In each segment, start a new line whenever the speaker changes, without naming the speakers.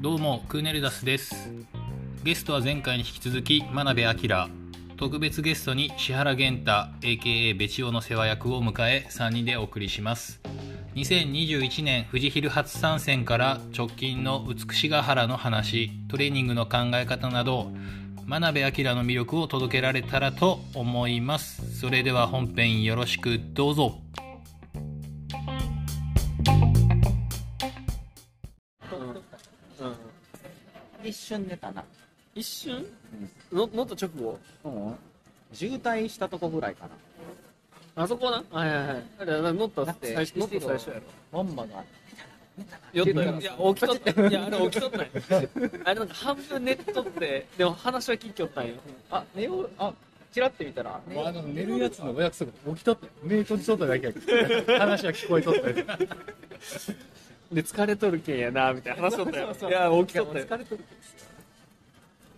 どうもクーネルダスですゲストは前回に引き続き真鍋明特別ゲストに志原玄太 AKA ベチオの世話役を迎え3人でお送りします2021年富士ヒル初参戦から直近の美しが原の話トレーニングの考え方など真鍋明の魅力を届けられたらと思いますそれでは本編よろしくどうぞ
うん
一瞬出たな。
一瞬、ももっと直後
うん。渋滞したとこぐらいかな。
あそこなはいはいはいあれもっと
だ
最
って
初もっと最初やろ
ボンバが。
よっとよいや起きとったいやあれ起きと ったんやあれなんか半分寝とってでも話は聞きよったんよ
あ、寝よう、あ、チラって見たら。
もうあの寝るやつのお約束起きとったよ目閉じとっただけやけど話は聞こえとったよ
で疲れとるけんやなみたいな話しとったよいや起きとったよ
疲れてる。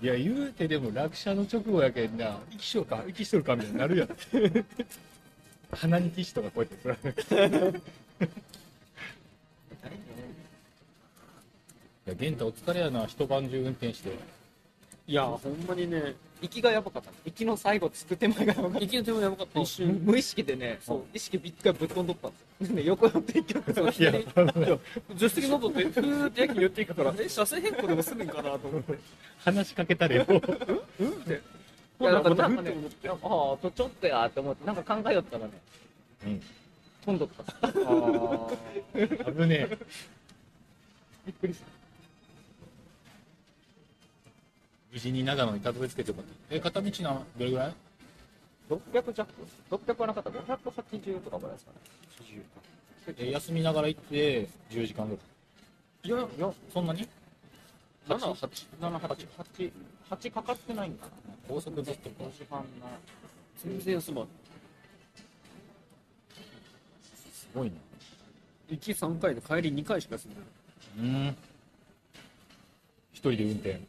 いや言うてでも落車の直後やけんな息しようか息しとるかみたいになるやん鼻にティッシュとかこうやって振られるいや玄太お疲れやな一晩中運転して
いやほんまにね
息がやばかった。息の最後つく手前がやばかっ
生きる手もやばかった
た。
一瞬
無意識でね、そう、意識びっくりぶっ飛んどったんです よ。でね、横寄って一曲、そう、
いや
左
あの
助手席のとってふーってやけに寄っていくからえ車線変更でもするんかなと思って
話しかけたれよ
いや、なんか、
ほらま
なんか
た
ね、なんかああ、ちょっとやーって思って、なんか考えよったらね、
うん
飛んどった。
危ねえ
びっくりした。
無事に長野にたどり着けてもらったえ片道などれぐらい
600弱 ?600 はなかった。580とかぐらいですかね。
え休みながら行って10時間ぐらい
いや、いや、
そんなに
7、8、7、8、8、8かかってないんだな。
高速ずっと
5時間な。
全然休まん
すごいな
行き3回で帰り2回しか休んでない
うん一人で運転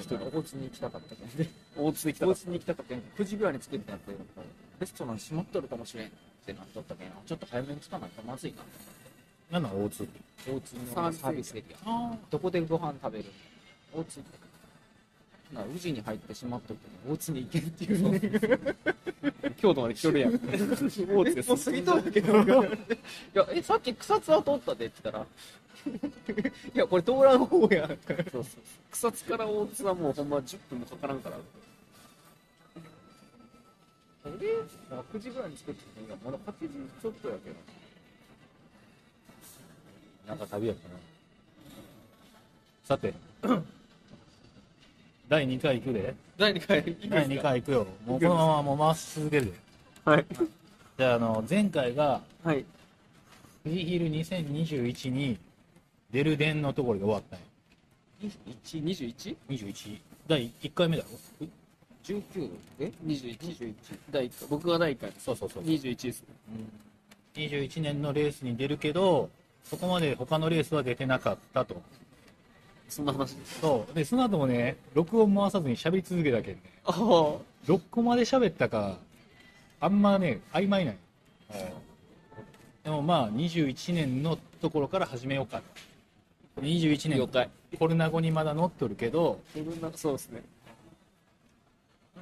一人、お家に行きたかったけど。
大津で来た
お家に行きたかったけど、9時ぐらいに着けてたんだけど、レストラン閉まっとるかもしれんってなっとったけど、ちょっと早めに着かないとまずいな。
なんなん大津って
お家のサービスエリア。
あ
どこでご飯食べるお家な宇治に入ってしまっとるけど、お家に行けんっていうね。
京都まで来とるやん。大津です。
もう過ぎとるけど、いや、え、さっき草津は通ったでって言ったら、 いや、これ通らん方やん。そうそう。
草津から大津はもうほんま10分もかからんから。
えまあ、9時ぐらいに作ってたのがまだ8時ちょっとやけど
あなんか旅やったな さて第2回行くで
第2回行くん
第
です
2
か
回行くよもうこのままもう回し続けるで
はい。
じゃああの前回が
はい。
富士ヒル2021に出る伝のところで終わったんよ
21?21?
21第1回目だろう
19え
21
21
第1回。僕が第1回です。
そうそうそう
21です。
21年のレースに出るけどそこまで他のレースは出てなかったと
そんな話です。
そうでその後もね録音回さずに喋り続けたけんね
ああ。
どこまで喋ったかあんまね曖昧ないでもまあ21年のところから始めようかと21
了
年
解。
コロナ後にまだ乗っとるけど
そんなそうですね。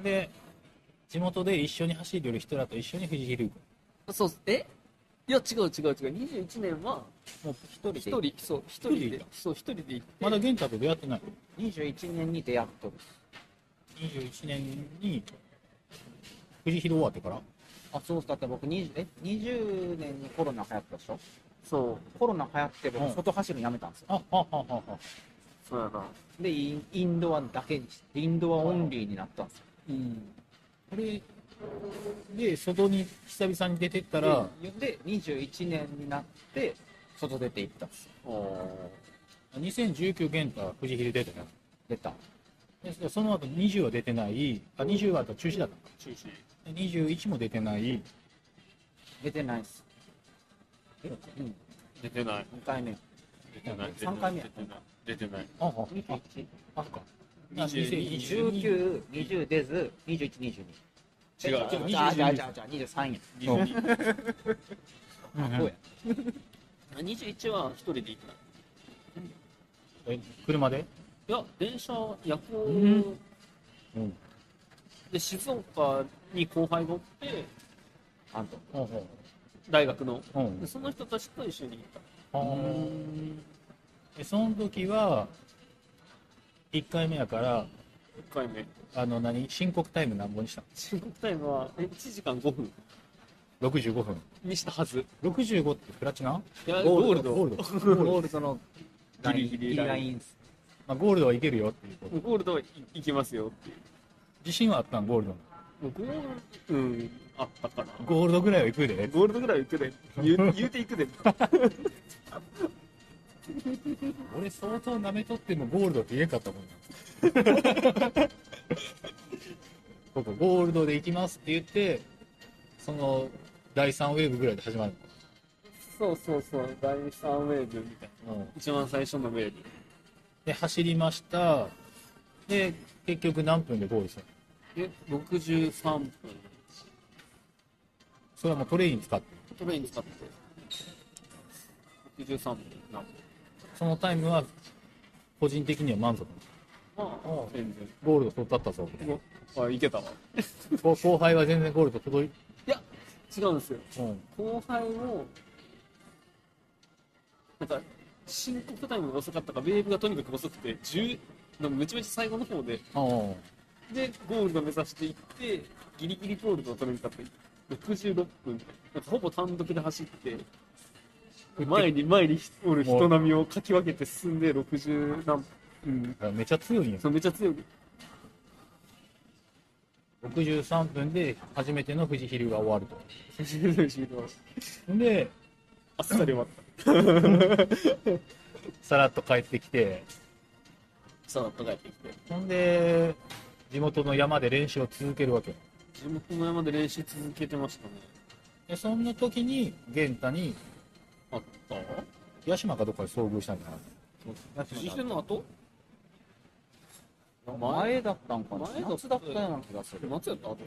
で地元で一緒に走る人らと一緒に富士ヒル行く
そうっす。えいや、違う違う違う。21年は、
もう一人で
一人、そう、一人
一人で行
で
っ、
そう、一人で行って。
まだ源太と出会ってない
21年に出会っとる
21年に富士ヒル終わってから
あそうだって僕 20, え20年にコロナ流行ったでしょ
そう。
コロナ流行って
うん
僕外走るのやめたんですよ、
あはははは
そうやな。
でインインドアだけにしてインドアオンリーになったんですよ
うん。
これで外に久々に出てったら
でで21年になって外出て行ったんですよ
2019源太富士ヒル出たよ
出た
ですからその後20は出てないあ20はあと中止だっ
中止。
た21も出てない
出てないっすえうん
出てない。
2回目
出
てない
出てない三回目出
ない。出てない。
あああ
21
あそっか2019
1920出ず
違
2122
う
じゃあじゃあじゃあじゃあ23や
22うんうん
そうや
21は一人で行った。
え車で
いや、電車、夜行、
うんうん
で、静岡に後輩がおって、
あんと
ほうほ
大学の。
ううん
でその人たちと一緒に行った。
あーえその時は1回目やから
1回目。
あの何申告タイム何本にした
申告タイムはえ1時間5分
の65分
にしたはず。
65ってプラチナ
いや、ゴールド。
ゴ
ゴ
ールド、
ゴールドの
ギリギリラ
ラ
イン
インっす
まあ、ゴールドはいけるよっていうこと
ールドはい行きますよっていう。
自信はあったんゴールドの
もうゴールド、うん、あったかな。
ゴールドぐらいはいくで
ゴールドぐらい行くで。言う言うて行くで。
俺相当舐めとってもゴールドって言えんかったもんなそうかゴールドで行きますって言ってその第3ウェーブぐらいで始まる
そうそうそう、第3ウェーブみたいな。
の、うん
一番最初のウェーブ。
で走りましたで結局何分でゴールしたの
え、63分。
それはもうトレイン使って
トレイン使って。63分なんか
そのタイムは個人的には満足
まあ、全然。
ゴールド取ったったぞみたいな
あ、いけたわ。
後後輩は全然ゴールド届い
違うんですよ。
うん
後輩も、なんか、申告タイムが遅かったか、ウェーブがとにかく遅くて、10、なんかめちゃめちゃ最後の方で、
うん
で、ゴールド目指していって、ギリギリゴールドを取れなかった。66分。なんかほぼ単独で走って、前に前におる人波をかき分けて進んで、60何分。
うんめちゃ強いんや
そうめっちゃ強い。
63分で初めての富士ヒルが終わる とで
あっさり終わった。
さらっと帰ってきて
さあ、帰ってきて。
ほんで地元の山で練習を続けるわけ
地元の山で練習続けてましたね。
でそんな時に源太に
あった
八島かどっかで遭遇したんだな
藤井の後
前だったんかな
前だった
夏だったような気がする
松屋と後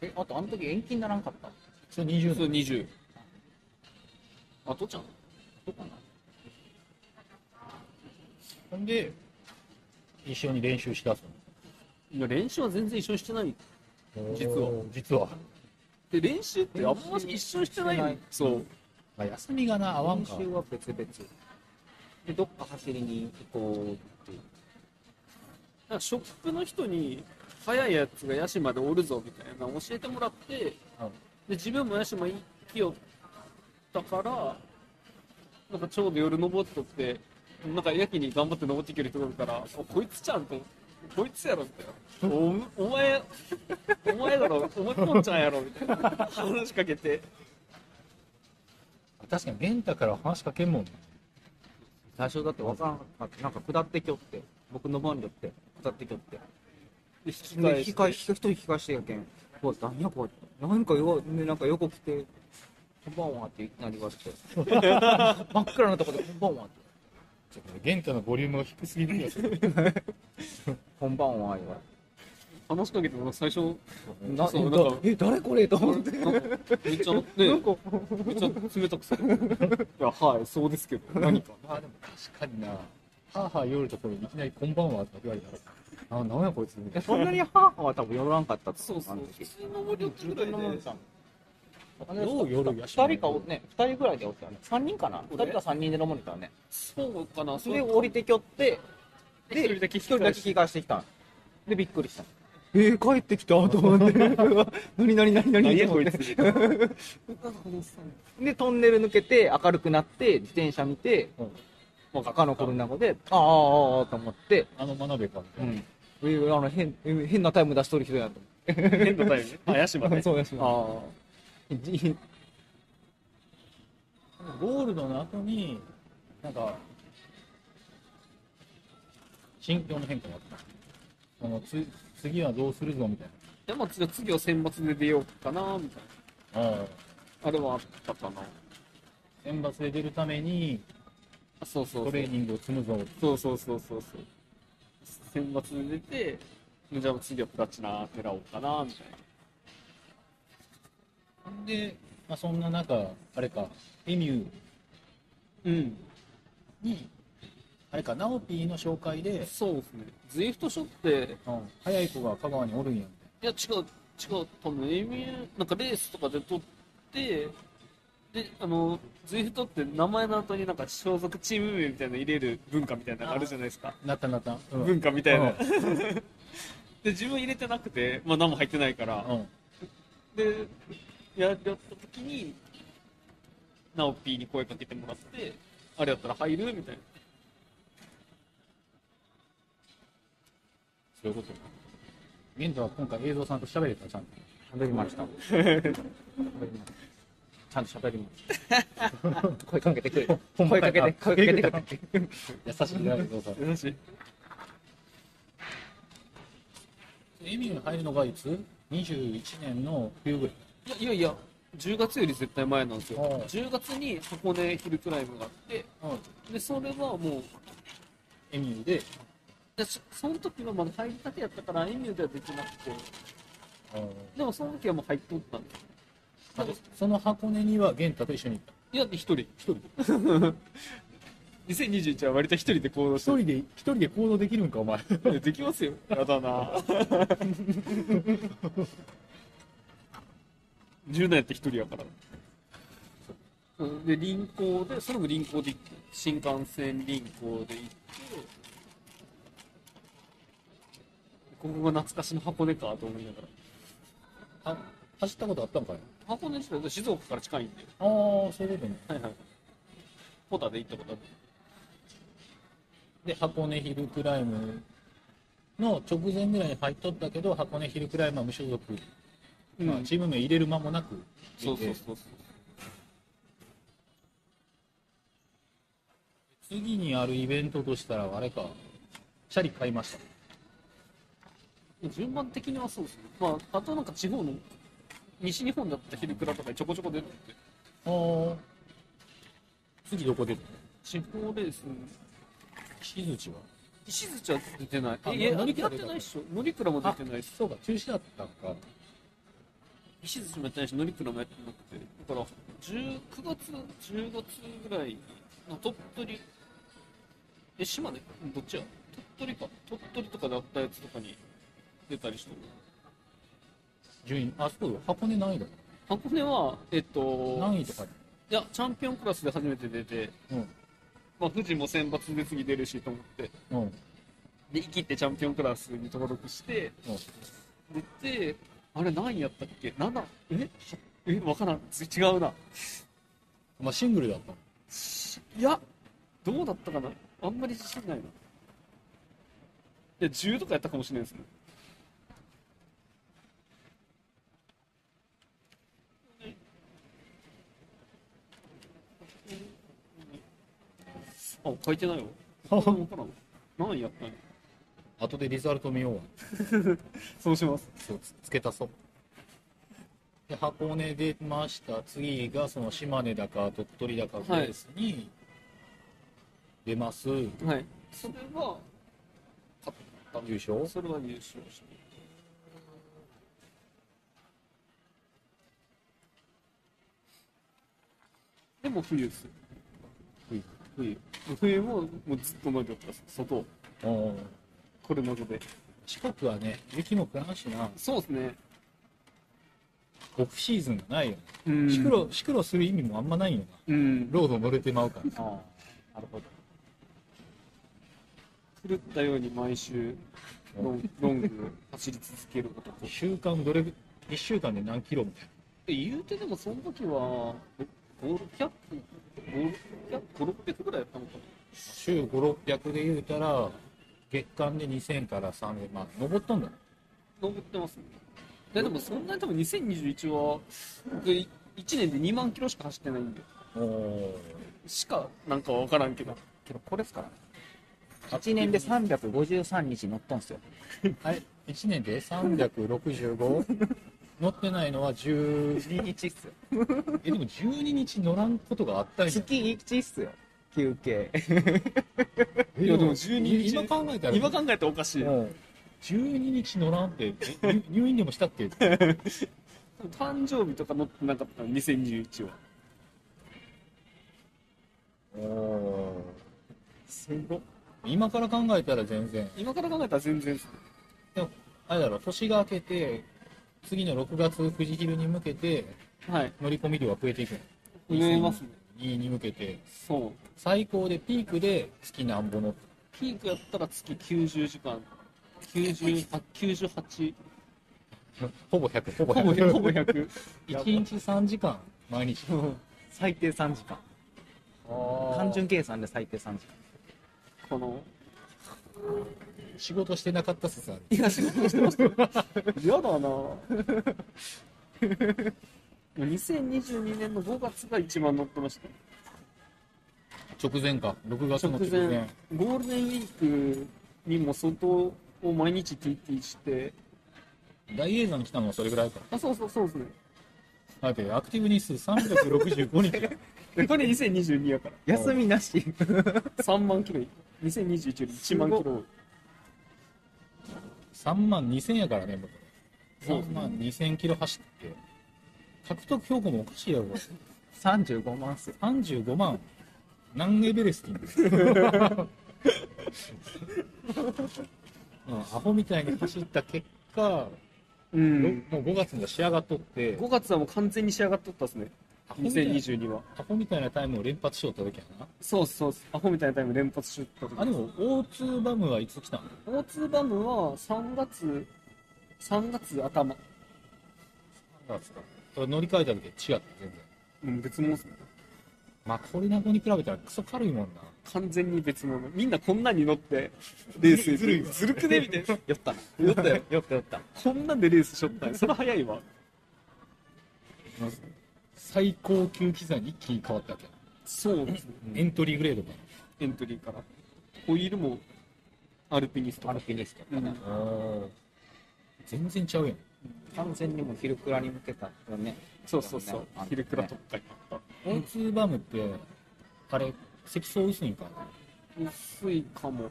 じ
えあとあの時延期にならんかった
それ
ゃ
20
ん。そう、
年
20。後じゃん。
どうかな
ほんで一緒に練習しだす
いや、練習は全然一緒にしてない。
の
実は
実は
で、練習ってあんまり一緒にしてないのそう。
まあ、休みがな合わん
練
か
習は別々でどっか走りに行こうっていう
なんかショップの人に、早いやつがヤシまでおるぞみたいなの教えてもらって、で、自分もヤシマ行きよったから、なんかちょうど夜登っとって、なんかやけに頑張って登ってきてる人がおるから、おこいつちゃんと、こいつやろみたいな。おお前、お前だろ、お前こんちゃんやろみたいな話しかけて、
確かに玄太から話しかけんもんね
最初だって分からんかったなんか下ってきよって僕の番によって下ってきよって
で引き
で
返し
引き
て
返し一人引き返してやけんうわ何やこれなんかよねなんか横来て「こんばんは」っていきなり言わして 真っ暗なとこで「こんばんは」って
ちょっとね玄太のボリュームが低すぎるやつ
「こんばんは」言われて
話しかけても最初、
な
そうなん
え
か
え誰これと思って
なんかめっちゃ、 ね、めっちゃ冷たくされていや、はい、そうですけど、何か。
まあでも確かになはあはあ夜ところにいきなり「こんばんは」って言われたら「あなんやこいつ」みた
え
い
そんなに母は多分寄らんかったと
そう
思う
そ
あ
う
の。
普
時
通の森
自
ぐらい
分
で
のもんさん
どう夜やし
2人かおね二人ぐらいでおったよね3人かな
俺
2人か3人で飲まれたよね
そうかな、
そ
そ
れで
れ
降りてきよってで
一人だけ
一人だけ引き返してきたのでびっくりしたえー、帰ってきたと
思
って何何何何
何やこいつ
でトンネル抜けて明るくなって自転車見て、
うん
まあ、赤の子の子でああああああと思って、
あの真鍋かみた
う
いな、
んえーあの変えー変なタイム出しとる人やなと思って
変なタ イム。怪しまね。
そうやし
あ
な
あ。
じ
ゴールドの後になんか心境の変化があったそのつ次はどうするぞみたい
でも、じゃあ次は選抜で出ようかな、みたい
なああ
な。あれはあったかな。
選抜で出るために
あそうそう
ト
そう
レー。ニングを積むぞ
そうそうそうそうそう。選抜で出て、じゃあ次はプラチナ狙おうかな、みたいな。
でまあ、そんな中あれかエミュー
うん
にあれかナオピーの紹介で、
そうですねズイフト書って
うん早い子が香川におるんや
いや、違う、違う、多分、エミュー、なんかレースとかで撮って、で、あの、ズイフトって名前の後になんか所属チーム名みたいなの入れる文化みたいなのあるじゃないですか。
なったなった、うん
文化みたいな。
う
で、自分入れてなくて、まあ何も入ってないから。
うん
で、ややった時に、ナオピーに声かけてもらって、あれやったら入るみたいな。
そういうことゲントは今回映像さんと喋れた ちゃんと
喋りました。喋りましたちゃんと喋りました。声かけてくれ。
ほんま
声
か
かけて、
い
声かけてくれ。
優しいな映像さん
優しい。
エミューに入るのがいつ21年の冬ぐらい
いやいやいや、10月より絶対前なんですよ。
はい
10月に箱根ヒルクライムがあって、で、それはもう、
エミューで、
でそその時はまだ入りたてやったからエミューではできなくてでもその時はもう入っとったんです
あとその箱根には源太と一緒に行った
いやで一人一人2021は割と一人で行動して
一人で一人で行動できるんかお前
るできますよやだな 10年やって一人やからうんで輪行でそれも輪行で行って新幹線輪行で行ってここが懐かしの箱根かと思いながら
あ走ったことあったんかい
箱根自体は静岡から近いんで
ああそういうことね
はいはい。ポタで行ったことある。
で箱根ヒルクライムの直前ぐらいに入っとったけど箱根ヒルクライムは無所属、まあ、チーム名入れる間もなく
そうそうそうそう。
次にあるイベントとしたらあれかチャリ買いました
順番的にはそうですね。まあ、あとなんか地方の、西日本だったヒルクラとかにちょこちょこ出てて、
ああ次どこで
地方レースに、
木槌は
石槌は出てない。
あ
え、いや、
乗
やっ
り
て
倉
ない
出た
っしょ。乗り倉も出てないです。
そうか中止だったんか
石槌もやってないし、乗り倉もやってなくて。だから、10 9月、10月ぐらいの鳥取、え、島根どっちや鳥取か。鳥取とかであったやつとかに出たりして
順位あそう箱根何位だ
箱根は、えっと、
何位とかに
いや、チャンピオンクラスで初めて出て、まあ、富士も選抜で次出るしと思って、
うんうん
で、生きてチャンピオンクラスに登録して、
うん
出て、あれ何位やったっけ ?7? えはえわからん。つ違うな。
まあシングルだったの
いや、どうだったかなあんまり自信ないな。いや、10とかやったかもしれないですね。あ、書いてない よ。わからん。何やったんや
後でリザルト見ようわ
そうします。
そうつつけたそうで箱根出ました次がその島根だか鳥取だかベースに出ます、
はい。それは、勝った
優勝
それは優勝した。でも冬ですよ。
冬
冬。冬ももうずっと伸びてた外。
うん
これ謎で。
四国はね雪も降らんしな
そうですね。
オフシーズンがないよね
うん
シクロシクロする意味もあんまないよな
うん。
ロード乗れてまうから
ああ、なるほど。
狂ったように毎週ロン、ロングを走り続けることと
1。週間どれぐ1週間で何キロみたい
で言うてでもその時は、5、600、5、600、600ぐらいやったのかな。
な週5600で言うたら月間で2000から3000まあ登っとんだね
登ってますねででもそんなに多分2021は1年で2万キロしか走ってないんで
お
しかなんかわからんけど
けど、これですからね。1年で353日乗ったんですよ。
はい1年で 365? 乗ってないのは10
12日っすよ。
えでも12日乗らんことがあったんや
月1っすよ。休憩。
え
いやでも12日
今考えたら
今考えたらおかしい
うん12日乗らんってえ入入院でもしたっけ
誕生日とか載ってなかったの2021は
おすご今から考えたら全然
今から考えたら全然っすね
あれだろ年が明けて次の6月富士昼に向けて
はい
乗り込み量は増えていくの
増えますね
2に向けて
そう
最高でピークで月なんぼの
ピークやったら月90時間90あ98
ほぼ100ほぼ
ほぼ
100
100ほぼ100
1日3時間毎日
最低3時間単純計算で最低3時
この
仕事してなかった説ある
間いや仕事してました
嫌だな2022年の5月が一番乗ってました
直前か6月の
直
直前
前ゴールデンウィークにも外を毎日 TT して
大映山来たのはそれぐらいか
あそうそうそうですね
だってアクティブ日数365日や
でこれ2022やから
休みなし
3万キロ2021より1万キロ
3万2000やからね僕
そうです
3
ね
万2000キロ走って獲得標高もおかしいやろこれ
35万っすよ
35万何エベレ スティンです、うん、アホみたいに走った結果、
う
ろ
ん
もう5月には仕上がっとって
5月はもう完全に仕上がっとったですね
アホみたいな
2022は
アホみたいなタイムを連発しよった時やな
そうそうそうアホみたいなタイム連発しとった
あ
時
でも O2 バムはいつ来たの
交通バムは3月3月頭
3月かそれ乗り換えた時は違った全然
うん別物っすね
まあこれな子に比べたらクソ軽いもんな
完全に別物みんなこんなに乗ってレースずるずるくねみたいな
酔った
酔ったよ
酔った酔った
こんなんでレースしょ ったんやそれ早いわ
最高級機材に一気に変わったわけや
そうですね
エントリーグレードか
エントリーからホイールもアルピニスト
アルピニスト
う
か
ん
な
ら全然ちゃうやん
完全にもう昼クラに向けたよね
そうそうそう
あのね
昼倉特化になっ
O2 バムってあれ積層薄いんか
た薄いかも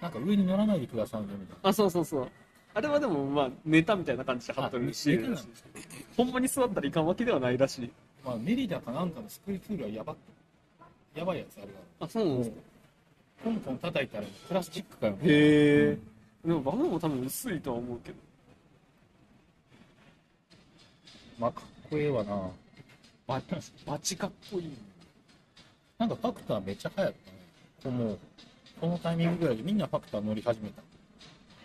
なんか上に乗らないでくださいねみたい
あそうそうそうあれはでもまあネタみたいな感じで貼っとる
あ
し
ネタなんだ
ほんまに座ったらいかんわけではないらしい
なまあメリダかなんかのスクリューツールはやばやばいやつあるか
あそうな
ら
んで
もう
すか
コンコン叩いたらプラスチックかよ
へえでもバムも多分薄いとは思うけど
まあかっこええわな
バチバチかっこいい
なんかファクターめっちゃ流行ったねこのこのタイミングぐらいでみんなファクター乗り始めた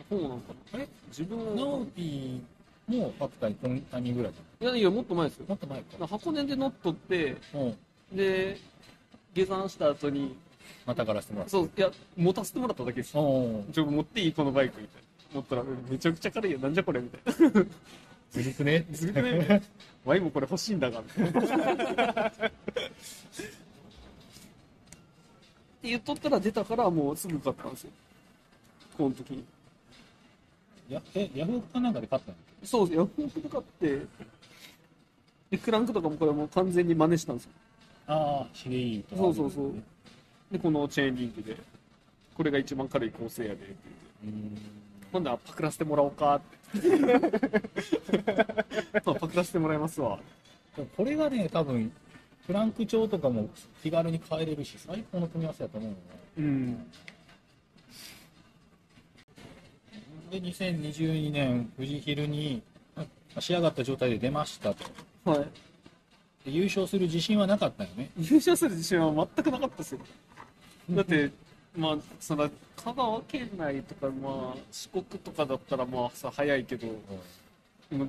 そうなんかなえ自分
ナ
は
オピーもファクターにこのタイミングぐらいじ
いやいやもっと前ですよ
ゃんもっと前か
箱根で乗っとって
うん
で下山した後に
またからしてもらった
そういや持たせてもらっただけです
うん
ちょ持っていいこのバイクみたいな持ったらうんめちゃくちゃ軽いよなんじゃこれみたいな
ずるくね
ずるくねみたいなワイもこれ欲しいんだがみたいなって言っとったら出たからもうすぐ買ったんですよこの時に
やえヤフオクかなんかで買ったの
そうですヤフオクで買ってでクランクとかもこれもう完全に真似したんですよ
ああシゲイとか
そうそうそうでこのチェーンリンクでこれが一番軽い構成やでって言って今度はパクらせてもらおうかって。そうパクらせてもらいますわ。
でもこれがね多分フランク調とかも気軽に変えれるし最高の組み合わせだと思うよ
うん。
ねで2022年富士ヒルにまあ仕上がった状態で出ましたと
はい。
で優勝する自信はなかったよね
優勝する自信は全くなかったですよ。だって、まあ、その、香川県内とか、まあ、四国とかだったら、まあ、さ、早いけど、でも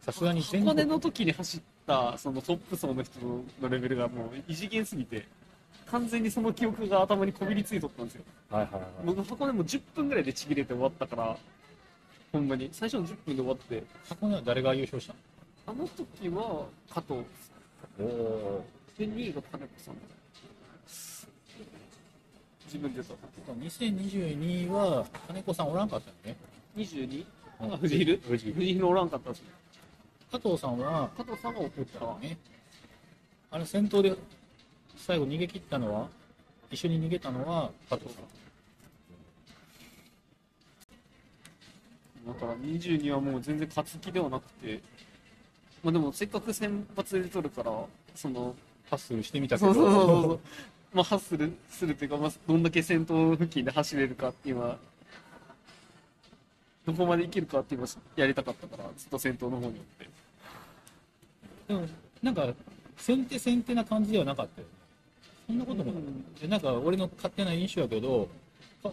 さすがに全
箱根
国
の時に走った、そのトップ層の人のレベルがもう異次元すぎて、完全にその記憶が頭にこびりついとったんですよ。
はいはいはい
僕、箱根も10分ぐらいでちぎれて終わったから、ほんまに、最初の10分で終わって、
箱根は誰が優勝した
あの時は加藤
のお
で2位が金子さん自分でと
2022は金子さんおらんかったよね
22?
うん
あ藤井いる
藤井
藤井のおらんかったし
加藤さんは
加藤さんが送っ
だ
た
か
わ
らねあれ先頭で最後逃げ切ったのは一緒に逃げたのは加藤さん
だから22はもう全然勝つ気ではなくてまあ、でもせっかく先発で取るからその
ハッスルしてみたけ
そ
ど
うそうそうそうそうまあハッスルするというか、まあ、どんだけ先頭付近で走れるかって今どこまでいけるかって今やりたかったからずっと先頭の方に寄って
でもなんか先手先手な感じではなかったよねそんなこともない、でなんか俺の勝手な印象やけどか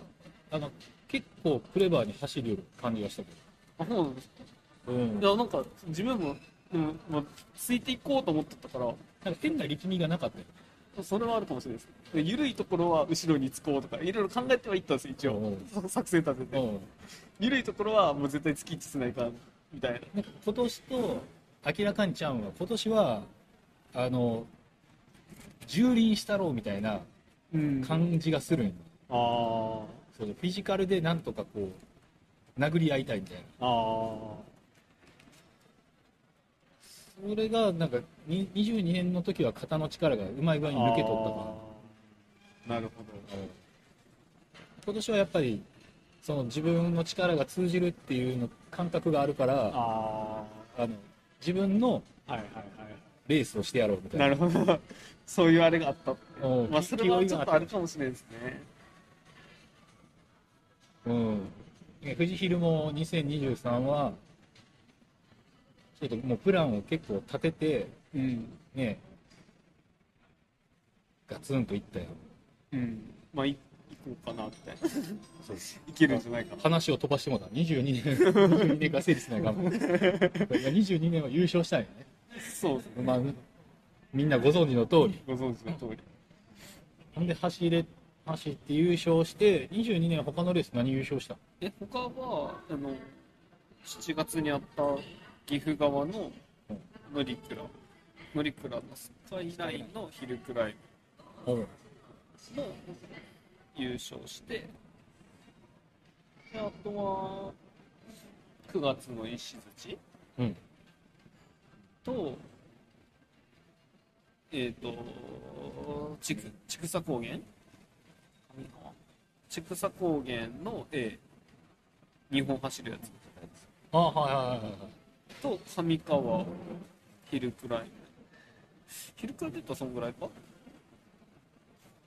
あの結構クレバーに走る感じがしたけ
あそうなんです
ど、うん、
い
なんか
やなんか自分も、うんまあ、ついていこうと思ってたから
変な力みがなかったよ
それはあるかもしれないですで緩いところは後ろにつこうとかいろいろ考えてはいったんです一応、作戦立てて、
うん
緩いところはもう絶対突きつせないかんみたいな
なんか今年と明らかにちゃうんは今年はあの蹂躙したろうみたいな
うん
感じがするんよ
あ
そのフィジカルでなんとかこう殴り合いたいみたいな
ああ
それがなんかに22年の時は肩の力がうまい具合
あ
に抜けとったから
なるほ
今年はやっぱりその自分の力が通じるっていうの感覚があるから
どあ
あの自分の
あはいはいはい
レースをしてやろうみたい
なる
な
ほどそういうあれがあった
うん
まあそれは
勢い
ちょ
が
っとあるかもしれないですね
うん、ね富士ヒルも2023は、ちょっともうプランを結構立てて、
うん
ね、ガツンといったよ。
うんまあい行こうかなみたいな
そ うです
いけるんじゃないかな
話を飛ばしてもらった。22年、22年が成立ないか も。22年は優勝したんよ
そうですね
ね。まあ、みんなご存知の通り。
ご存知の通り。
ほんで走れ、走って優勝して、22年他のレース何優勝したの
え、他は、あの、7月にあった岐阜側の
うん
乗鞍、乗鞍のスカイラインのヒルクライムも優勝して、であとは、9月の石槌
うん
と、えっ、と、ちく、ちくさ高原上川千草高原の A 日本走るや
ああ、はいはいはいはい。
つと上川ヒルクライムヒルクライムって言ったらそんぐらいか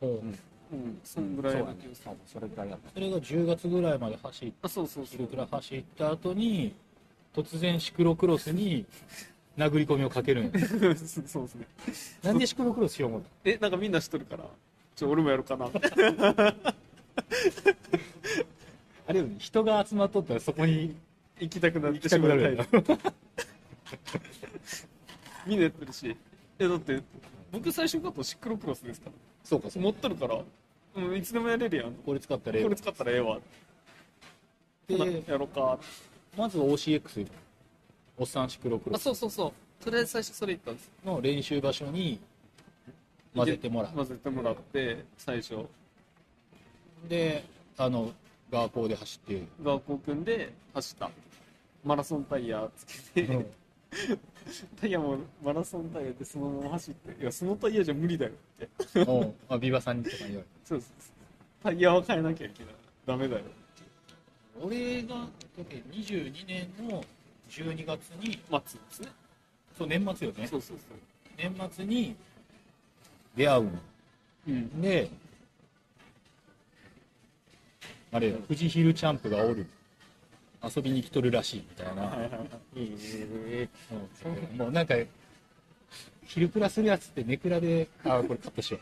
うん
うんそんぐらい
そう
の
やね
気がす
多
る
分それぐらいやった
それが10月ぐらいまで走って
あそうそうそ
ヒ
う
ルクラ走った後に突然シクロクロスに殴り込みをかけるん や
そうですね
なんでシクロクロスしようもん
えなんかみんな知っとるからちょ俺もやろうかなって
あれよね人が集まっとったらそこに
行きたくなっ
行
て
き
した
く
ま
な
うタ
る
イ
よ
プ
ね
みんなやってるしえだって僕最初買ったのシクロクロスですか
そうかそ
ら
う
持っとるから、うん、いつでもやれるやんこ
これ使った例
れ使ったらええわ
で
ほなやろうかって
まず OCX おっさんシクロクロ
あ
ス
そうそうそうとりあえず最初それ行ったんです
の練習場所に混ぜてもらう
混ぜてもらって最初
であの学校で走って
学校組んで走ったマラソンタイヤつけて、タイヤもマラソンタイヤでそのまま走っていやそのタイヤじゃ無理だよって
もう、まあ、ビバさんにとか言われて
そうそうそうタイヤは変えなきゃいけないダメだよ
俺が22年の12月に
待つんですね
そう年末よね
そうそう
年末に出会う
そううん
のであれよ富士ヒルチャンプがおる遊びに来とるらしいみたい
はい
な、
はいはい
うんもうなんかヒルプラするやつってネクラであこれカットしよ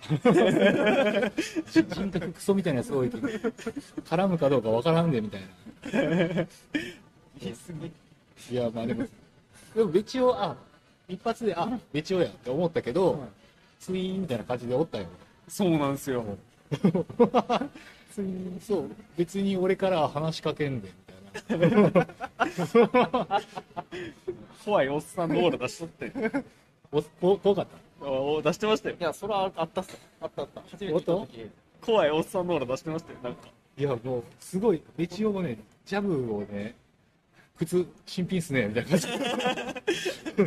う人人格クソみたいなやつ多いけど絡むかどうかわからんでみたいな
言い過ぎ
いやまあでもでもベチオあ一発であベチオやって思ったけど、
はい
ツイーンみたいな感じでおったよ
そうなんですよ
そう別に俺からは話しかけんでみたいな
怖いおっさんのオーラ出しとって
お こ怖かっ
おお出してましたよ
いやそれはあったっすあったあった初めて来た時
怖いおっさんのオーラ出してましたよなんか
たいやもうすごい一応ねジャブをね靴新品っすねみたいな感じ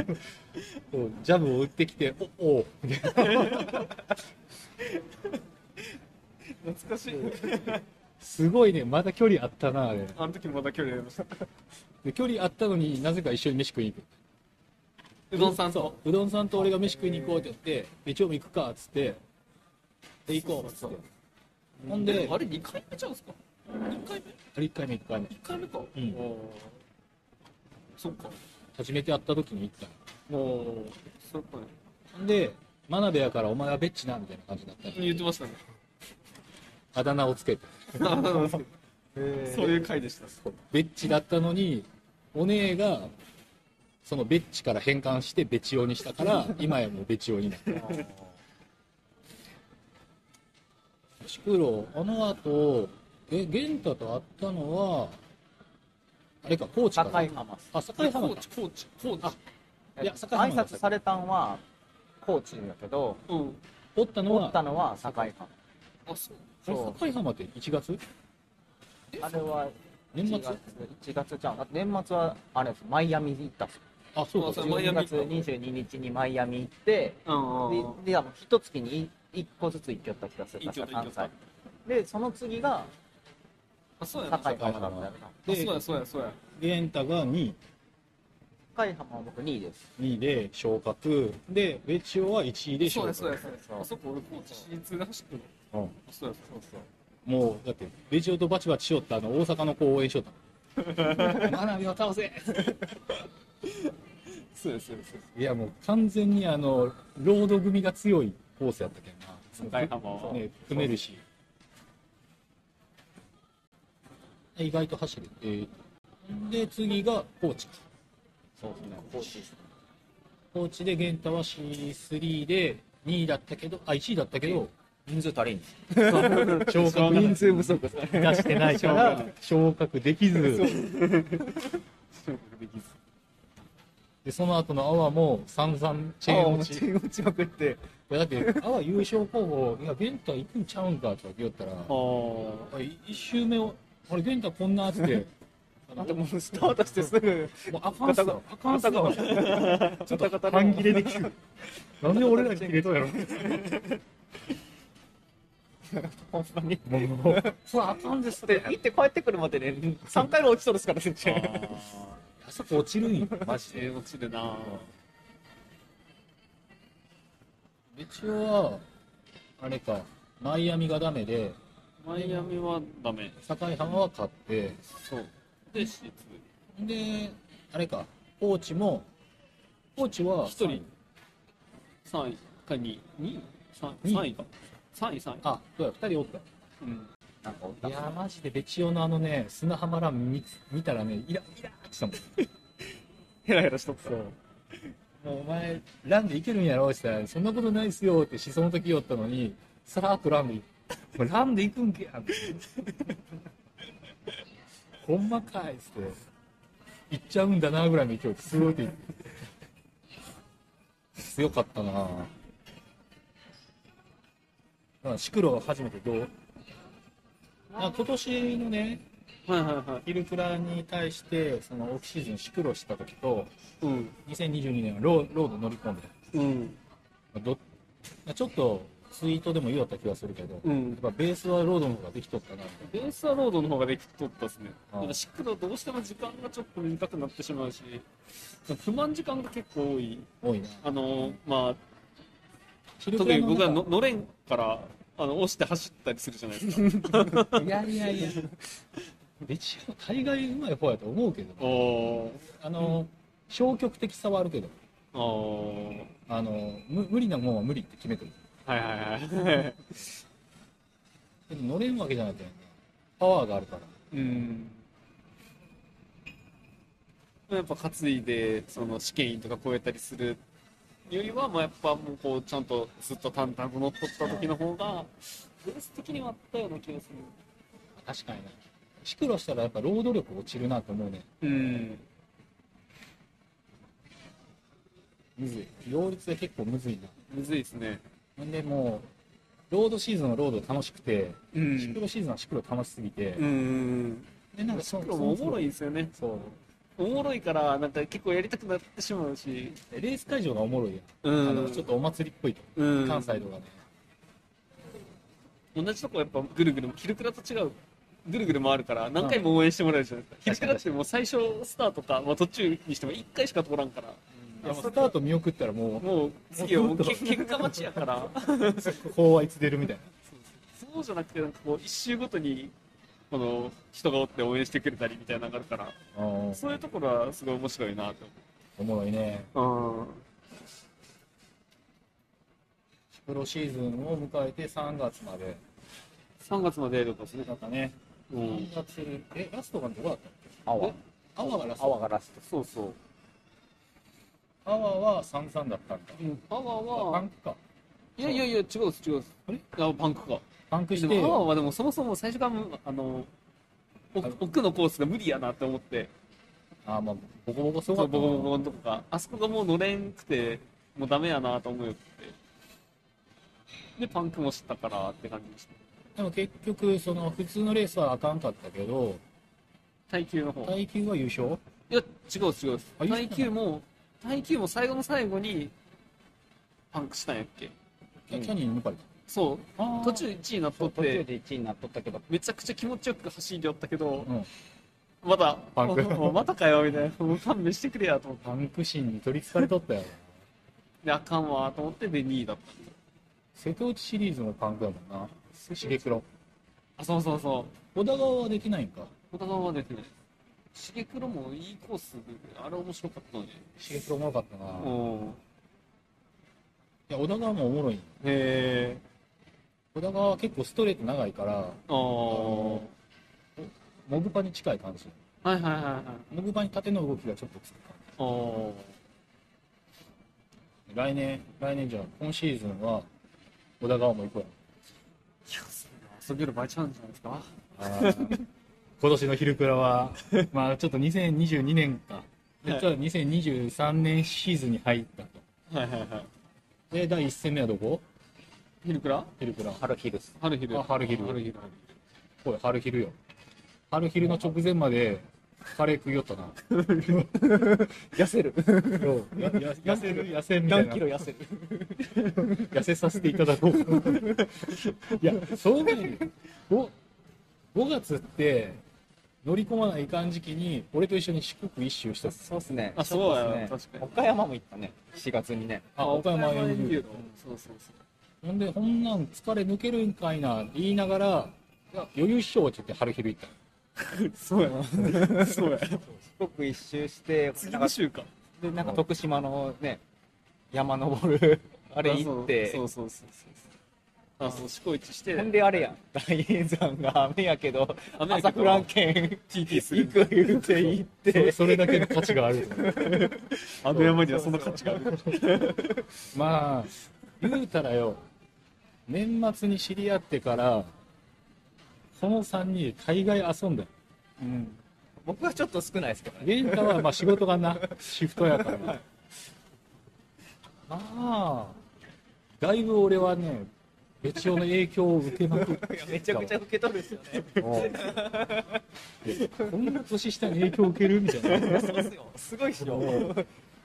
そうジャブを打ってきておおうみたいな
懐か しい
すごいねまだ距離あったなあれ
あの時まだ距離ありました
で距離あったのになぜか一緒に飯食いに行く
うどんさんと
そううどんさんと俺が飯食いに行こうって言ってで一応も行くかっつってで行こうっつってほんで
あれ2回目ちゃうんすか1回
1回目1回
目
目
1回目か
うん
おーそっか
初めて会った時に行った
おおそっか
ほんで真鍋やからお前はベッチなみたいな感じだったの
言ってましたね
あだ名をつけて
そういう回でした
ベッチだったのにお姉がそのベッチから変換してベチオにしたから今やもうベチオになったシクロあの後え玄太と会ったのはあれか高知か
高い浜
あ境浜
コー
か
チコーチコーチ
いや
挨
境浜だ
拶されたんは高知だけど
うん
おったの
おった
は
のは境浜
あそう
え
そ
境浜って1月
うあれは
年末
1月1月じゃんだって年末はあれですマイアミ行ったっす
あそうか
あそうマイア
12
ミ
月22日にマイアミ行って
うんうんうん
でであの一月に1個ずつ行きよった気がする
行きよった
確か
行
関西でその次が
あそう
境
や
浜
な
だ
あ
ったよな
そう
で
やそうやそうや
玄太が2
境浜は僕2位です
位で昇格でベチオは1位で
そ
昇
うやそう
格
やそう
そ
や
う
あそこ俺コーチ C2 で走ってる
うん
あそうやそうやそうや
もうだってベジオとバチバチしよったあの大阪の子を応援しよった の真鍋を倒せ
そうやそうやそうや
いやもう完全にあのロード組が強いコースやったけんな
境浜は
ね組めるし意外と走るえーで次が高知
そうですね高知です
高知で源太は C3 で2位だったけどあ1位だったけど
人数足りんです
昇格人数不足出してないから昇格できずでその後の阿波も散々チェーン落ち
ェーン落ちまくって
いやだって阿波優勝候補いや玄太行くんちゃうんかとか言ったらあい一周目をあれ玄太こんなっつって
あともうスタートしてすぐ
もうあかんっすよあかんっすよ
ガタガタ
半切れできる なんで俺らに切れとんやろ
ほんまに
もう
そうあかんですって行って帰ってくるまでね3回も落ちそうですから全然
あそこ落ちるんよ
マジで落ちるな
一応はあれかマイアミがダメで
マイアミはダメ
境浜は勝って
そうで C2
であれか高知も高知は
一人3位か2位2位 3,
二位
位か3位3位
あそうや2人おった
うん
なんかおっ
いやーマジでベチオのあのね砂浜ラン見見たらねイライラーってしたもん
ヘラヘラしとった
もうお前ランでいけるんやろって言ったらそんなことないっすよってしその時言おったのにさらっとランでもうランで行くんけやほんまかいっつって行っちゃうんだなぐらいの勢いですごいって強かったなあシクロは初めてどうあ今年のね
はいはいはい
ヒルクラに対してそのオフシーズンシクロした時と
うん
2022年はローロード乗り込んで
うん
まあどまあちょっとツイートでも言おった気がするけど、
う
や
ん
っぱベースはロードの方ができとったなみたい
ベースはロードの方ができとったですね
ああ
なんかシックのどうしても時間がちょっと短くなってしまうし不満時間が結構多い
な多いな
あのまあ
特
特に僕はののれんからあの押して走ったりするじゃないですか
いやいやいや一応大概うまい方やと思うけど
おお
あの消極的さはあるけど
ーおー
あのむ無理なもんは無理って決めてる
はいはいはい
でも乗れんわけじゃないけどねパワーがあるから
うんやっぱ担いでその試験員とか超えたりするよりは、まあ、やっぱもうこうちゃんとずっと淡々と乗っ取った時の方がベース的にはあったような気がす
確かになシクロしたらやっぱロード力落ちるなと思うね
るうん
むずい両立で結構むずいな
むずいですね
ほんでもうロードシーズンはロード楽しくて
う
シクロシーズンはシクロ楽しすぎて、
うん
でなんか
シ
そ
クロもおもろいんですよね
そう
おもろいからなんか結構やりたくなってしまうし
レース会場がおもろいやん、
う
あのちょっとお祭りっぽいと、
うん
関西とかね
同じとこやっぱぐるぐるヒルクラと違うぐるぐる回るから何回も応援してもらえるじゃないですか、ヒルクラってもう最初スタートか、まあ、途中にしても1回しか通らんから、
いやもうスタート見送ったらも
もう次はもうけ結果待ちやから
う、こうはいつ出るみたいな。
そうじゃなくてなんかこう一周ごとにこの人がおって応援してくれたりみたいなのがあるから
あー
そういうところはすごい面白いなって
おもろいね。
思う
プロシーズンを迎えて3月まで。
3月までとかですね
なんかね、
うん
3月に、え、ラストがどこだった
ア
っ
ワ
え
けアワーがラス
ア
ト。
ワがラスト
そうそう
アワーは三々だったんか。
パワー
パ
は
ンクか。
いやいやいや違うです違うですあれあパンクか
パンクし
で
て、
もパワーはでもそもそも最初からあの奥奥のコースが無理やなって思って
あーまあ、ボコボコす
そ
ご
う
か
ボ
った
コ
な。
ボコのとこかあそこがもう乗れんくてもうダメやなと思うよってでパンクも知ったからって感じでした
でも結局、その、普通のレースはあかんかったけど、
耐久の方
耐久は優勝
いや、違う違うです
あ。いいっすね
耐久も、耐久も最後の最後に、パンクしたんやっけ
キャキャニーに抜かれ
そう。
た。あー
途中1位になっと
途
っ
中で
て、
1位になっとったけど
めちゃくちゃ気持ちよく走りよったけど、
うん
また、
パンク
おおまたかよ、みたいな。 もう勘弁してくれや、と思って。
パンク心に取りつかれとったよ。
で、あかんわ、と思って、で、2位だった。
瀬戸内シリーズのパンクだもんな。シゲクロ。
あ、そうそうそ
小田川はできないんか。
う。小田川はですね、シゲクロもいいコースで、あれ面白かったね。
シゲクロおもろかったな。
う
い
ん。
や、小田川もおもろい。
へえ。
小田川は結構ストレート長いから、
ああ。は
モグパに近い感じ。
いはいはいはい。
モグパに縦の動きがちょっとつく感
あー
じ。来年、来年じゃん、今シーズンは、小田川も行くわ。
いや、そんな遊びよりバイチャンじゃないですか。
今年の昼クラは、まあちょっと2022年か。で、
はい
ちょっと2023年シーズンに入ったと。
はいはいはい。
で、第1戦目はどこ
ヒルクラ
昼クラ。
ハルヒルス
春ヒル。
あ春ヒル
春ヒル。
これ、春昼よ。春昼の直前まで、カレー食いよったな。
痩せる
ようや痩せる、痩せみたい
何
な
キ。ロ痩せる
痩せさせていただこう。いや、そうね、5、5月って、乗り込まないかん時期に、俺と一緒に四国一周したっす。
そうっすね
あ、そうや
ね
な、確かに。
岡山も行ったね4月にね
あ、岡山 NU
の。そうそうそう。
ほんで、こんなん疲れ抜けるんかいな、言いながら、いや余裕っしょって言って春昼行った。
そうや な。そうや。
四国一周して
次
なんか
の週か。
でなんか徳島のね山登るあれ行って
そうそうそうそう。あ、そう、四股一して。
ほんであれや大変山が雨やけど
雨やけど
朝フランケン
TT する
行。く言うて行っ
それ
て
それだけの価値がある。
あの山にはそんな価値がある。
まあ、言うたらよ、年末に知り合ってから、この3人で大概遊んだよ。
うん僕はちょっと少ないですけどね
玄太はまあ仕事が な、シフトやから。まあ、だいぶ俺はね、別所の影響を受けまくって
いやめちゃくちゃ受け取るっすよね
いやこんな年下に影響を受けるみたいな。
いやそうっすよすごいっすよ
うん
い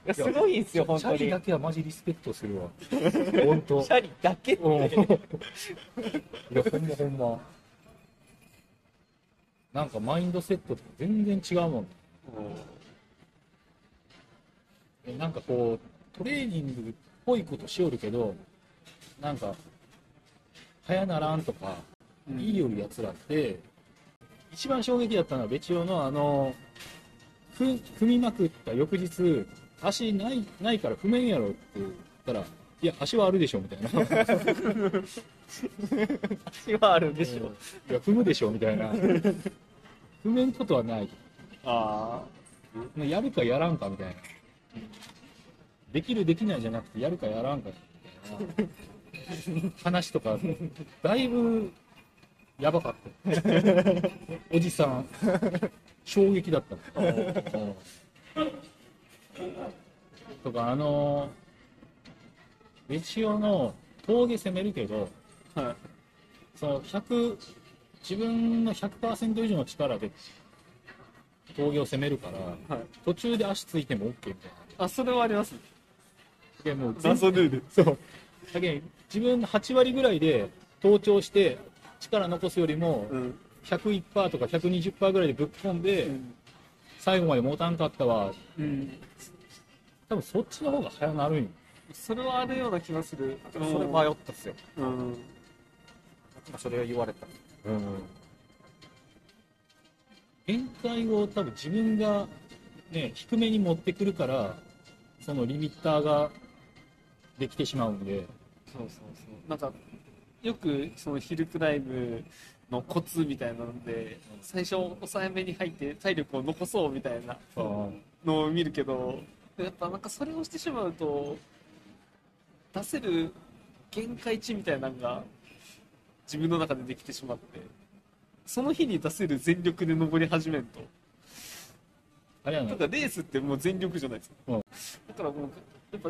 やすごいんすよ本
チ
当
ャ
に
リだけはマジリスペクトするわ。本当。
シャリだけっ
うん
て
いや、ほんまほんま。なんかマインドセットと全然違うもん。えなんかこう、トレーニングっぽいことしよるけど、なんか、早ならんとか、いいよりやつらって、一番衝撃だったのは、別用のあの、ふ踏みまくった翌日、足ないないから踏めんやろって言ったら、いや、足はあるでしょみたいな。
足はあるでしょ
いや踏むでしょみたいな踏めんことはない
あ
やるかやらんかみたいなできるできないじゃなくてやるかやらんかみたいな話とかだいぶやばかったおじさん衝撃だったうんとかあの別用の峠攻めるけど
あ。はい。
その100自分の100%以上の力で峠を攻めるから、
はい
途中で足ついても OK みたい
あ、それはあります。
なでもう全
謎ルール。
そうだけど自分の8割ぐらいで登頂して力残すよりも
うん。
101%とか120%ぐらいでぶっ込んで、
うん
最後まで持たんかったわ
うん。
多分そっちの方が早なるんよ
それはあるような気がする。
それ迷ったっすよ。
うん。
それを言われた。
限界を多分自分がね低めに持ってくるからそのリミッターができてしまうんで
そうそうそう。なんか、よくそのヒルクライムのコツみたいなので、最初抑えめに入って体力を残そうみたいなのを見るけど、やっぱなんかそれをしてしまうと、出せる限界値みたいなのが自分の中でできてしまって、その日に出せる全力で登り始めると、
あれやな
ただレースってもう全力じゃないですか、
うん
だからもうやっぱ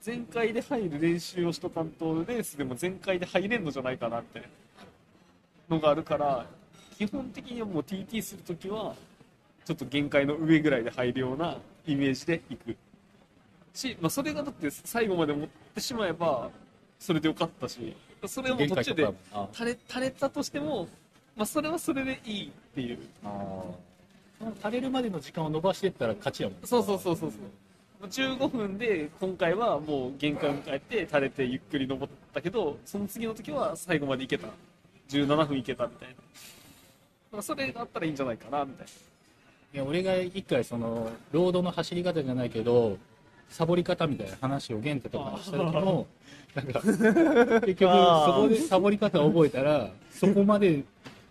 全開で入る練習をしとかんとレースでも全開で入れんのじゃないかなってのがあるから基本的にはもう TT するときはちょっと限界の上ぐらいで入るようなイメージでいくし、まあ、それがだって最後まで持ってしまえばそれでよかったしそれはもう
限
途
界
中
と
で
かあ
垂れ垂れたとしても、まあ、それはそれでいいっていう
垂れるまでの時間を伸ばしていったら勝ちやもん
そうそうそうそうそう。15分で今回はもう限界を迎えて垂れてゆっくり登ったけどその次の時は最後まで行けた17分行けたみたいなまあそれがあったらいいんじゃないかなみたい
いや俺が一回そのロードの走り方じゃないけどサボり方みたいな話を玄太とかにした時もなんか結局そこでサボり方を覚えたらそこまで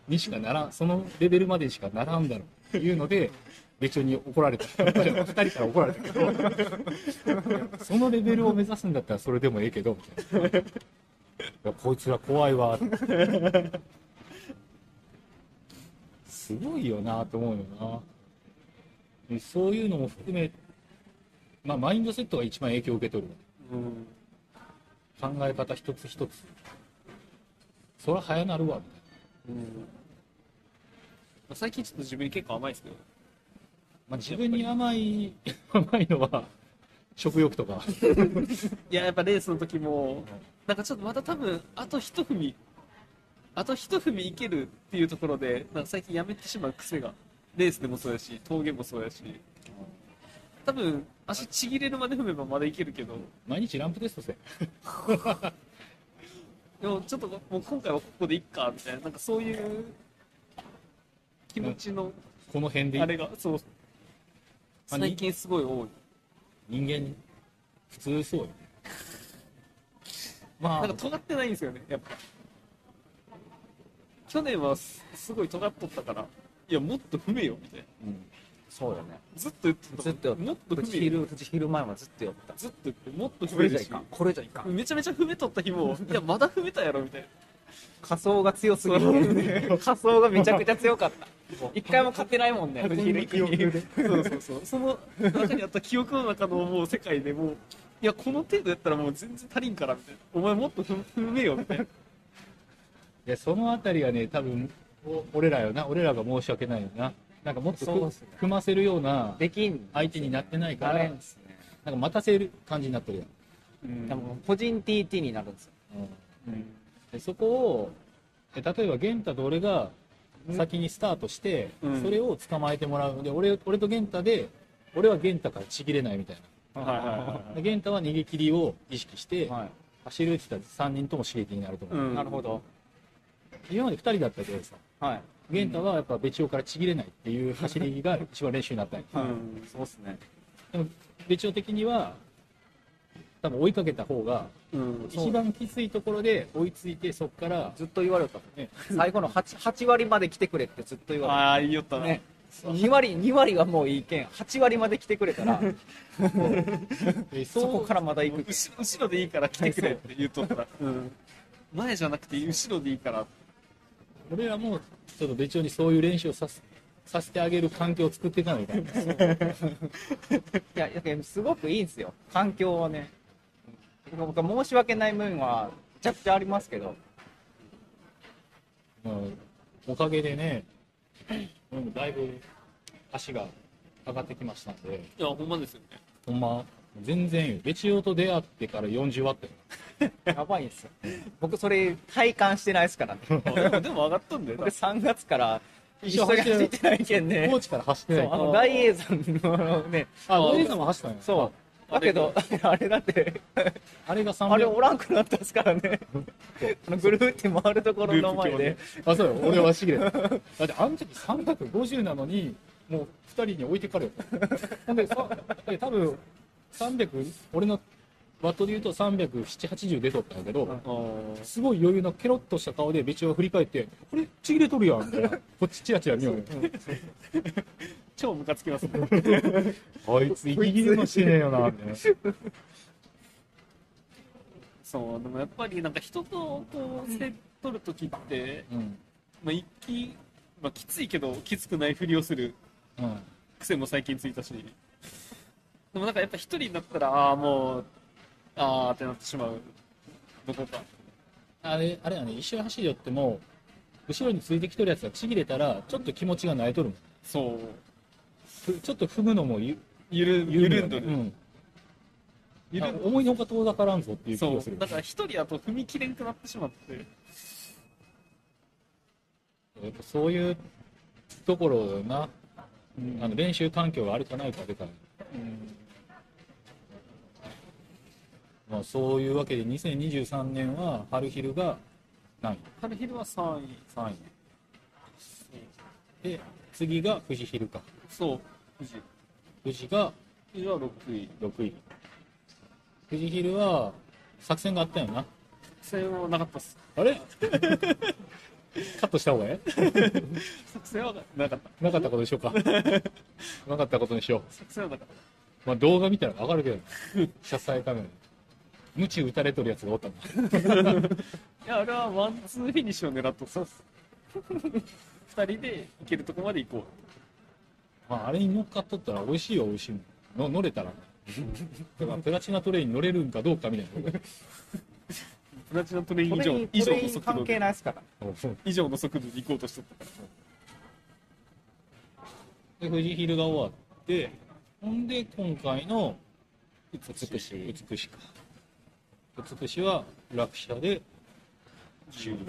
にしかならんそのレベルまでにしかならんだろうっていうので別所に怒られた二人から怒られたけどいやそのレベルを目指すんだったらそれでもええけどみたいないやこいつら怖いわすごいよなと思うよなでそういうのも含めまあマインドセットが一番影響を受け取る
なうん
考え方一つ一つそら早なるわみたい
最近ちょっと自分に結構甘いですけど
な、まあ、自分に甘い 甘いのは食欲とか
いややっぱレースの時もなんかちょっとまた多分あと一踏みあと一踏みいけるっていうところでなんか最近やめてしまう癖がレースでもそうやし峠もそうやし多分足ちぎれるまで踏めばまだいけるけど
毎日ランプテストせ
でもちょっともう今回はここでいっかみたいななんかそういう気持ちの
この辺でいい
あれがそう最近すごい多い
人間普通そうよま
な
あ
んか尖ってないんですよねやっぱ去年はすすごい尖っとったからいやもっと踏めよみたいな
そうよね。
ずっと言ってた
ずっと
もっと
富士
踏め
ヒ
よ
ル、富士ヒル前はずっと言った。
ずっと言ってもっと
こ
踏
れ
める
じゃい
し
かん。これじゃいかん。
めちゃめちゃ踏めとった日もいやまだ踏めたやろみたいな
仮想が強すぎる。仮想がめちゃくちゃ強かった。一回も勝てないも んね、富士ヒル行くに。
そうそうそう。その中にあった記憶の中のもう世界でもう、いや、この程度やったらもう全然足りんから、みたいな。お前もっと踏踏めよ、みたいな。
いやそのあたりがね多分お俺らよな俺らが申し訳ないよななんかもっと
そう
ふ
っすね
踏ませるような
できん。
相手になってないか
な
ら
れ
なんん
すね。
か待たせる感じになってるやん
でも、個人 TT になるんですよ。
でそこをえ例えば玄太と俺が先にスタートして、
うん
それを捕まえてもらうので俺俺と玄太で俺は玄太からちぎれないみたい
はいはいは
なで玄太は逃げ切りを意識して、
はい
走るって言ったら3人とも刺激になると思う、
うん
なるほど。
今まで2人だったけどさ
はい。
玄太はやっぱ別所からちぎれないっていう走りが一番練習になったんや
い。
そうっすね。
別所的には多分追いかけた方が
うん。うん。
一番きついところで追いついてそこから
ずっと言われた
ね。
最後の 8, 8割まで来てくれってずっと言わ
ああ、言いよった
れた。
な。
ね。2割、2割はもういいけん。8割まで来てくれた ら、
えそ
そうこからまだ行くけん。
後後ろでいいから来てくれって言っとったら。うん。前じゃなくて後ろでいいから。
俺らもちょっと別所にそういう練習をさせさせてあげる環境を作っていかないから
いや、いやすごくいいんですよ。環境はね。僕は申し訳ない面は、めちゃくちゃあります けど。
うんおかげでね俺もだいぶ足が上がってきましたんで
いや、ほんまですよね。
ほんま全然よ別所と出会ってから40ワットよ
やばいんです よ。僕それ体感してないですからね。
あでもでも上がったんだよ
僕。3月から一緒に走ってないけんね
コ。ーチから走って
そ
な
う、あ
い。
の、大英山のね、
あ、大江さんも走ったんや。
そう。だけど、 あれだって、
あれが3
あれ
秒。
おらんくなったっすから ね。あの、ぐるーって回るところの前で。
あ、そうよ。俺は走れ。だってあの時350なのに、もう2人に置いてかれよ。ほんで、さで多分、300、俺のワットで言うと370、80出とったんやけど、すごい余裕のケロッとした顔でベチを振り返って、これちぎれとるやんみたいな。こっちチラチラ見ようよ。
超ムカつきますね。
あいつ、息切れもしねえよな、みたいな。
そう、でもやっぱりなんか人とこう、接取るときって、
うん。
まあ一気、まあきついけど、きつくないふりをする
うん。
癖も最近ついたし。でもなんかやっぱ一人になったら、ああ、もう、ああってなってしまう。どこか。
あれ、あれやね、一緒に走り寄っても、後ろについてきとるやつがちぎれたら、ちょっと気持ちが萎えとるもん。
そう。
ふちょっと踏むのもゆ
ゆる、緩んど
う
る。
ん。
緩
あ
ん
思いのほか遠ざからんぞっていう気
そ
が
う
する。。
だから一人だと踏み切れんくなってしまって。
やっぱそういうところだよな。あの練習環境があるかないかでかい。まあそういうわけで2023年は春昼が何位
春昼は3位。
?3 位。で、次が富士昼か。
そう。富士。
富士が
富士は6位。
6位。富士昼は作戦があったよな。
作戦はなかったっす。
あれ カットした方がいい
作戦はなかった。
なかったことにしようか。なかったことにしよう。
作戦はなかった。
まあ動画見たらわかるけど、車載カメラで。鞭打たれとるやつがおったもん。
いや、あれはワンツーフィニッシュを狙っとそうっす。 二人で行けるとこまで行こ
まああれに乗っかっとったら美味しいよ、美味しいもん。の乗れたら。だからプラチナトレインに乗れるんかどうかみたいな。
う。プラチナトレイン
こ
以
れ
上
に、
以
こ
上
れ
の
に
速度
関係
で、
ないっすから。
以上の速度で行こうとしとったか
で、富士ヒルが終わって、ほんで今回の
ら。
美し美しか。美しは落車で15。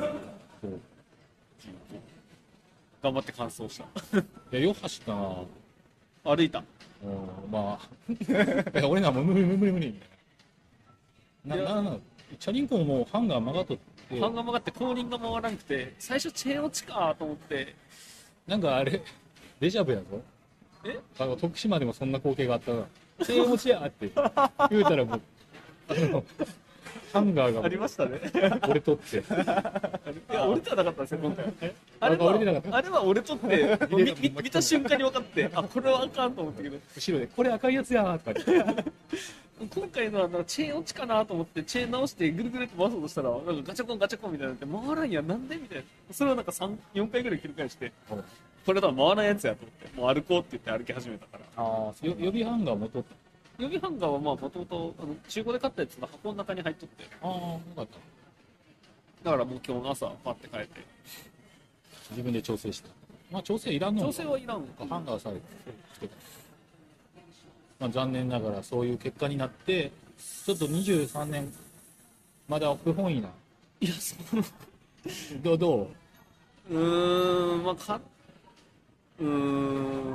頑張って完走した。
いや、よく走ったな
歩いた。
うんまあ、いや俺らも無理無理無理無理。ない
や
ななチャリンコももうハンガー曲がっとって、
半が曲がって後輪が回らなくて、最初チェーン落ちかと思って、
なんかあれ、 デジャブやぞ。
え
あの徳島でもそんな光景があったな。チェーン持ちやって言うたらもう、あのハンガーが
ありましたね。
折れとって、
いや、折れてはなかったんですよ、今回。あ
な
れ
んか折れて
は
なかっ、た
あれは折れ とって、見見見た瞬間に分かって、あ、これはあかんと思ったけど、
後ろで、これ赤いやつやーとか言って、
今回のはなんかチェーン落ちかなと思ってチェーン直してぐるぐるって回そうとしたらなんかガチャコンガチャコンみたいになって回らんやんなんでみたいなそれをなんか3 4回ぐらい繰り返して
うん
これ多分回らないやつやと思ってもう歩こうって言って歩き始めたから
あ
よ予備ハンガーも取った。
予備ハンガーはまあもともと中古で買ったやつの箱の中に入っとって
ああ、よかっ
だ
た。
からもう今日の朝パッて帰って
自分で調整した。まあ調整いらんのか
調整はいらんの
ハンガーされてた。まあ、残念ながらそういう結果になって、ちょっと23年、まだ不本意な。
いやその
どうど
うーんまあかうーん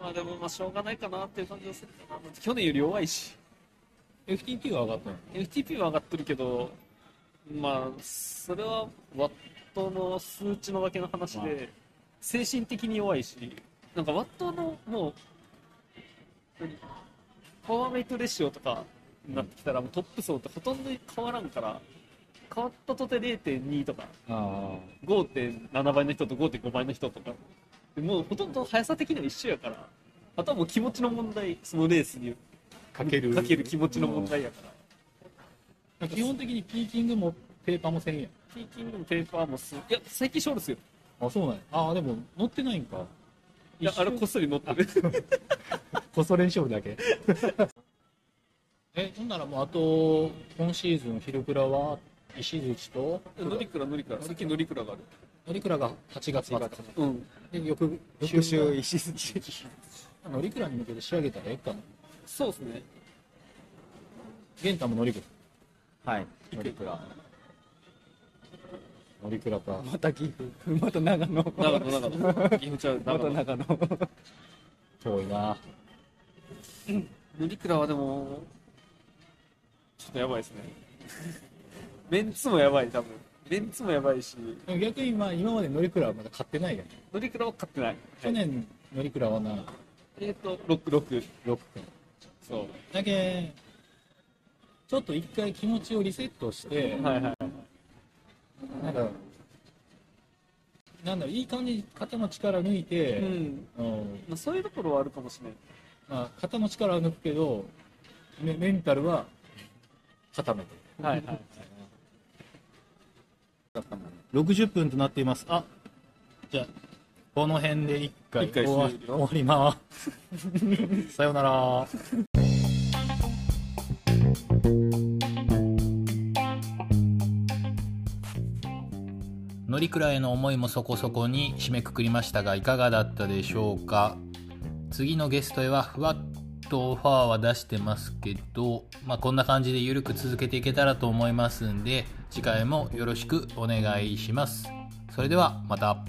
まあでもまあしょうがないかなっていう感じがするかな去年より弱いし
う ?FTP が上がったの
FTP は上がってるけど、まあ、それはワットの数値のだけの話
まあ
で、精神的に弱いし、なんかワットのもう、何パワーメイトレシオとかになってきたら、もうトップ層ってほとんど変わらんから、変わったとて0.2とか、
あ
5.7倍の人と5.5倍の人とか、でもうほとんど速さ的には一緒やから、あとはもう気持ちの問題、そのレースに
あ。かける。
かける気持ちの問題やから。
基本的にピーキングもペーパーも1000円。
ピーキングもペーパーもすいや最近ショールですよ
あ、そうなんや。ああ、でも乗ってないんか。
いや
一緒
あれこっそり乗って る
こそ練習部だけ。 え、ほんならもうあと、今シーズン、昼倉は石槌と、
乗りくら乗りくらさっき乗りくらがある
乗り倉が8月末か。
うん
で、翌
復讐石槌。
乗り倉に向けて仕上げたらええかな。
そうですね
玄太も乗り倉。
はい。
い
乗
くら
り倉。
乗りくらか。
また岐阜、また長野、
長野長野岐阜ちゃう
ま
長
た長
野
野。
遠いな。
乗鞍はでもちょっとやばい ですねメンツもやばい多分メンツもやばいし
でも逆にまあ今まで乗りくらはまだ買ってないやん。
乗鞍は勝ってない、
去年乗りくらはな、
えっ、とロックロック
6分。
そ
だけんちょっと一回気持ちをリセットして
う、はいはい
なんか、なんだろう、いい感じに肩の力抜いて、
うん、
うん
まあ、そういうところはあるかもしれない
まあ、肩の力は抜くけど、メメンタルは固めて。
はいはい。
60分となっています。あ、じゃあ、この辺で一回
一回
終わ
終了
終わります。 さようなら。
乗鞍への思いもそこそこに締めくくりましたがいかがだったでしょうか次のゲストへはふわっとオファーは出してますけど、まあ、こんな感じでゆるく続けていけたらと思いますんで次回もよろしくお願いしますそれではまた